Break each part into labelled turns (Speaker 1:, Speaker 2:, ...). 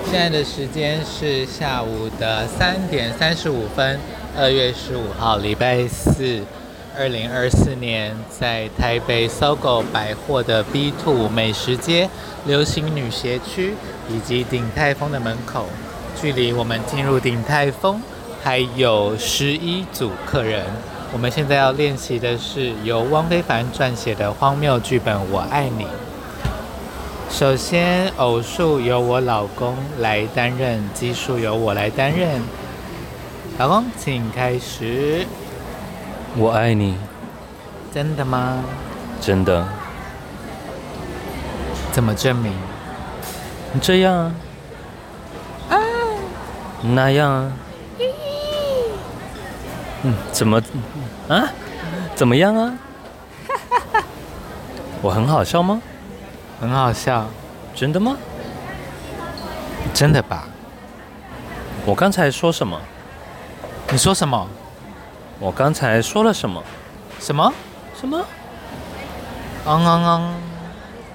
Speaker 1: 现在的时间是下午的三点三十五分，二月十五号，礼拜四，二零二四年，在台北搜狗百货的 B Two 美食街、流行女鞋区以及鼎泰丰的门口，距离我们进入鼎泰丰还有十一组客人。我们现在要练习的是由汪非凡撰写的荒谬剧本《我爱你》。首先，偶数由我老公来担任，奇数由我来担任。老公，请开始。
Speaker 2: 我爱你，
Speaker 1: 真的吗？
Speaker 2: 真的。
Speaker 1: 怎么证明？
Speaker 2: 你这样啊，那样啊，嗯，怎么啊？怎么样 啊？我很好笑吗？
Speaker 1: 很好笑，
Speaker 2: 真的吗？
Speaker 1: 真的吧？
Speaker 2: 我刚才说什么？
Speaker 1: 你说什么？
Speaker 2: 我刚才说了什么？
Speaker 1: 什么？
Speaker 2: 什么？
Speaker 1: 嗯嗯嗯，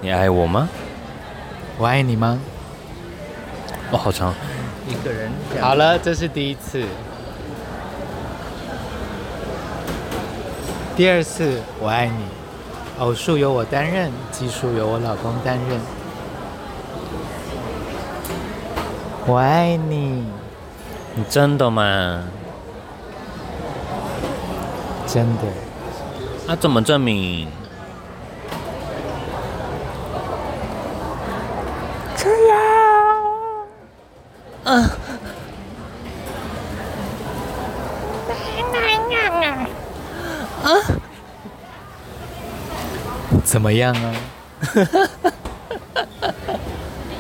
Speaker 2: 你爱我吗？
Speaker 1: 我爱你吗？
Speaker 2: 哦，好长。
Speaker 1: 一个人。好了，这是第一次。第二次，我爱你。偶数由我担任，奇数由我老公担任。我爱你，
Speaker 2: 你真的吗？
Speaker 1: 真的。
Speaker 2: 那、啊怎么证明？
Speaker 1: 怎么样啊？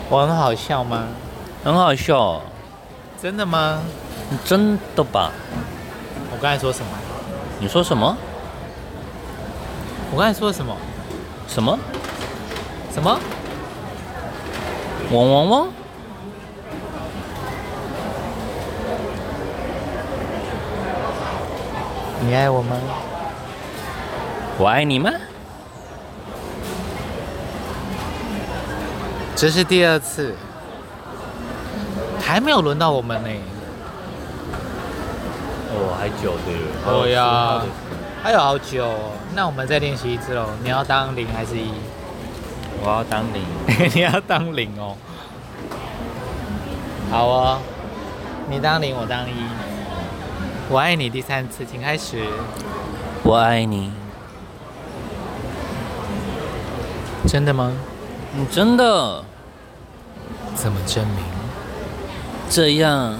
Speaker 1: 我很好笑吗？
Speaker 2: 很好笑哦，
Speaker 1: 真的吗？
Speaker 2: 你真的吧？
Speaker 1: 我刚才说什么？
Speaker 2: 你说什么？
Speaker 1: 我刚才说什么？
Speaker 2: 什么？
Speaker 1: 什么？
Speaker 2: 汪汪汪！
Speaker 1: 你爱我吗？
Speaker 2: 我爱你吗？
Speaker 1: 这是第二次，还没有轮到我们呢、
Speaker 2: 哦，还久对
Speaker 1: 哦呀，还有好久、哦，那我们再练习一次喽。你要当零还是一？
Speaker 2: 我要当零。
Speaker 1: 你要当零哦。好哦，你当零，我当一。我爱你第三次，请开始。
Speaker 2: 我爱你，
Speaker 1: 真的吗？
Speaker 2: 你真的
Speaker 1: 怎么证明？
Speaker 2: 这样？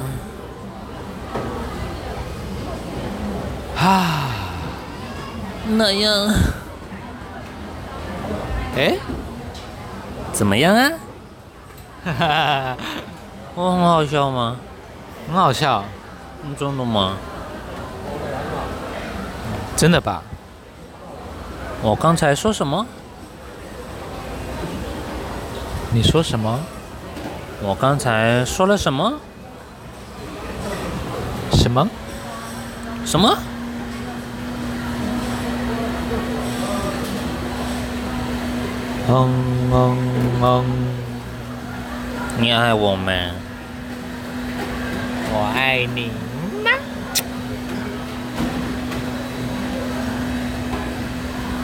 Speaker 1: 啊，
Speaker 2: 那样？
Speaker 1: 哎，
Speaker 2: 怎么样啊？
Speaker 1: 哈哈哈，
Speaker 2: 我很好笑吗？
Speaker 1: 很好笑，
Speaker 2: 你真的吗？
Speaker 1: 真的吧？
Speaker 2: 我刚才说什么？
Speaker 1: 你说什么？
Speaker 2: 我刚才说了什么？
Speaker 1: 什么？
Speaker 2: 什么？
Speaker 1: 嗯嗯嗯，
Speaker 2: 你爱我吗？
Speaker 1: 我爱你。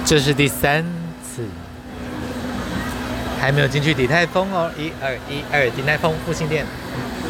Speaker 1: 这是第三次，还没有进去鼎泰丰哦。一二一二，鼎泰丰复兴店。